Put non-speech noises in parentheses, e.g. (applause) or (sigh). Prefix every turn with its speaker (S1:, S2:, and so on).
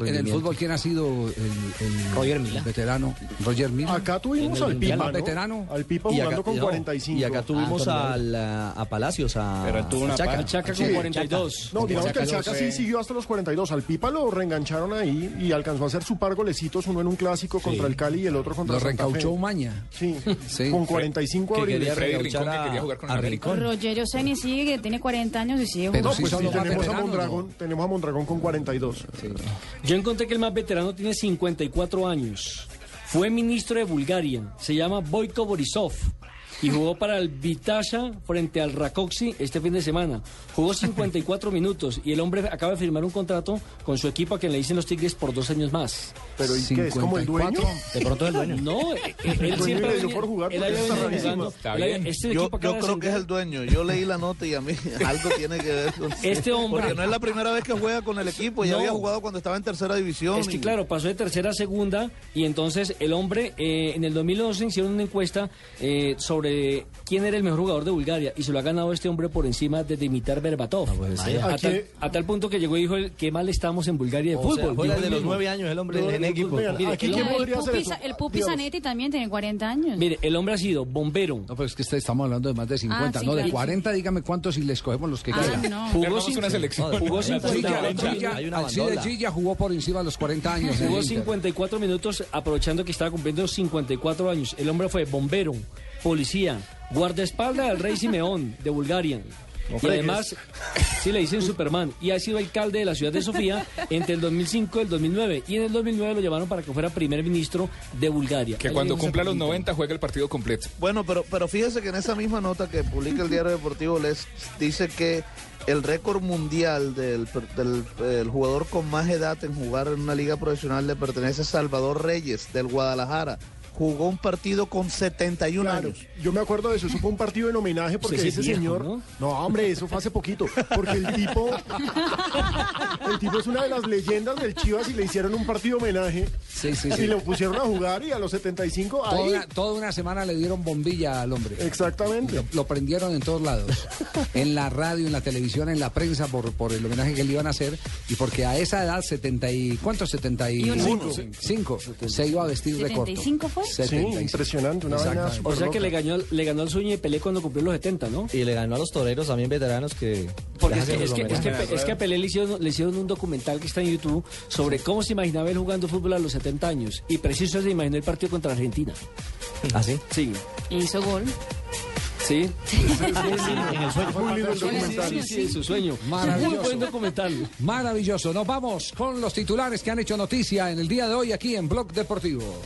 S1: En el fútbol, ¿quién ha sido el, el
S2: Roger Mila.
S1: veterano? Roger Mila.
S3: Acá tuvimos
S2: En el
S3: al Pipa,
S2: Mundial,
S3: ¿no?
S1: veterano.
S3: Al Pipa
S2: Y
S3: jugando
S2: acá-
S3: con
S2: no,
S3: 45.
S2: Y acá tuvimos
S4: Ah,
S2: al, a, a Palacios, a,
S4: Pero tuvo una
S2: a Chaca.
S4: parcha.
S2: Chaca
S3: con
S2: Sí,
S4: 42.
S2: Chaca.
S3: No, digamos que el
S4: Chaca
S3: Chaca
S4: no
S3: sí
S4: sé.
S3: siguió hasta los 42. Al Pipa lo reengancharon ahí y alcanzó a hacer su par golecitos, uno en un clásico contra el Cali y el otro contra
S1: Lo
S3: el Santa Fe.
S1: reencauchó Maña.
S3: Sí,
S1: Sí.
S3: con 45
S4: Que
S3: abril.
S4: quería
S2: Freddy Rincón,
S4: reenganchar
S2: que quería jugar con el América.
S5: Rogerio Seni sigue, que tiene 40 años y sigue
S1: Pero
S3: No,
S5: jugando.
S1: sí
S3: pues
S1: son
S3: sí,
S1: los más
S3: tenemos a
S1: veteranos,
S3: Mondragón, tenemos a Mondragón con 42.
S6: Yo encontré que el más veterano tiene 54 años. Fue ministro de Bulgaria. Se llama Boyko Borisov. Y jugó para el Vitasha frente al Rakoxi este fin de semana. Jugó
S7: (laughs)
S6: 54 minutos y el hombre acaba de firmar un contrato con su equipo a quien le dicen los Tigres por dos años más.
S3: Pero ¿y qué? ¿Es como el dueño?
S1: 54.
S2: De pronto el dueño.
S6: No,
S3: (laughs)
S6: eh, eh, él
S3: Pues
S6: siempre
S3: mire,
S6: venía-
S3: yo por jugar,
S6: él
S3: porque
S6: había
S3: está
S6: venido
S3: rarísimo.
S6: jugando.
S4: Está
S6: Él había-
S4: bien.
S6: este
S7: Yo,
S6: equipo acaba
S7: yo
S6: de
S7: creo que es el
S6: ascender.
S7: dueño. Yo leí la nota y a mí (laughs) algo tiene que ver con.
S6: Este hombre-
S7: Porque no es la primera vez que juega con el equipo. Ya
S6: No.
S7: había jugado cuando estaba en tercera división.
S6: Es que
S7: y-
S6: claro, pasó de tercera a segunda y entonces el hombre eh, en el 2011 hicieron una encuesta eh, sobre quién era el mejor jugador de Bulgaria y se lo ha ganado este hombre por encima de Dimitar
S2: Ah,
S6: Berbatov.
S2: pues,
S6: a,
S3: Aquí-
S6: tal, a tal punto que llegó y dijo, el, qué mal estamos en Bulgaria de
S2: O sea,
S6: fútbol.
S2: juega
S6: dijo
S2: desde
S6: él
S2: los
S6: mismo.
S2: nueve años el hombre
S3: No,
S2: en
S3: no,
S2: equipo.
S3: vean,
S2: Mire,
S3: aquí
S2: el
S3: ¿quién
S5: No,
S3: podría
S5: el,
S3: hacer
S5: Pupi,
S3: eso?
S5: Sa- el Pupi
S3: Digamos.
S5: Zanetti también tiene 40 años.
S6: Mire, el hombre ha sido bombero,
S1: No, pero es que este- estamos hablando de más de 50.
S5: Ah, sí,
S1: no, de
S5: claro.
S1: 40, dígame cuántos y les cogemos los que
S5: ah,
S1: quieran.
S5: no.
S6: jugó,
S4: Hagamos
S6: cin-
S4: una selección.
S6: jugó
S2: Hay una
S1: Gilla,
S6: 50
S2: bandola.
S1: Gilla,
S2: Hay una
S1: Alcide
S2: bandola.
S1: Gilla jugó por encima de los 40 años. en el
S6: Jugó
S1: Inter.
S6: 54 minutos aprovechando que estaba cumpliendo 54 años. El hombre fue bombero, policía, guardaespaldas del rey Simeón de Bulgaria. Y además, sí le dicen Superman. Y ha sido alcalde de la ciudad de Sofía entre el 2005 y el 2009. Y en el 2009 lo llamaron para que fuera primer ministro de Bulgaria.
S4: Que
S6: Ahí
S4: cuando
S6: vemos esa
S4: cumpla los
S6: cosita.
S4: 90 juega el partido completo.
S7: Bueno, pero, pero fíjese que en esa misma nota que publica el diario deportivo les dice que el récord mundial del, per- del, eh, el jugador con más edad en jugar en una liga profesional le pertenece a Salvador Reyes del Guadalajara. Jugó un partido con 71
S3: Claro,
S7: años.
S3: yo me acuerdo de eso, eso fue un partido en homenaje porque
S6: Usted sí es
S3: ese
S6: viejo,
S3: señor...
S6: ¿no?
S3: hombre, eso fue hace poquito, porque el tipo... El tipo es una de las leyendas del Chivas y le hicieron un partido homenaje
S1: Sí, sí,
S3: y
S1: sí.
S3: lo pusieron a jugar y a los 75
S1: Toda
S3: ahí...
S1: una, toda una semana le dieron bombilla al hombre.
S3: Exactamente.
S1: Lo prendieron en todos (laughs) lados, en la radio, en la televisión, en la prensa, por, por el homenaje que le iban a hacer y porque a esa edad, 70 y, ¿cuántos? 75, Cinco. se iba a vestir de corto.
S5: 75 fue? Sí,
S3: Sí,
S1: 75.
S3: impresionante, una vaina
S1: Exactamente.
S6: O sea
S3: superloca.
S6: que le ganó, le ganó el sueño de Pelé cuando cumplió los 70, ¿no?
S2: Y le ganó a los toreros también veteranos que.
S6: Porque
S2: les
S6: es que,
S2: hacen
S6: es,
S2: los
S6: que, es, que,
S2: homenajes.
S6: es que a Pelé le hicieron, le hicieron un documental que está en YouTube sobre cómo se imaginaba él jugando fútbol a los 70 años. Y preciso se imaginó el partido contra Argentina.
S2: Así.
S6: Sí.
S5: Hizo gol.
S6: Sí.
S2: En el sueño.
S3: Fue muy lindo el documental.
S6: Sí, sí, sí, su sueño.
S1: Maravilloso.
S6: Muy buen documental.
S1: Maravilloso. Nos vamos con los titulares que han hecho noticia en el día de hoy aquí en Blog Deportivo.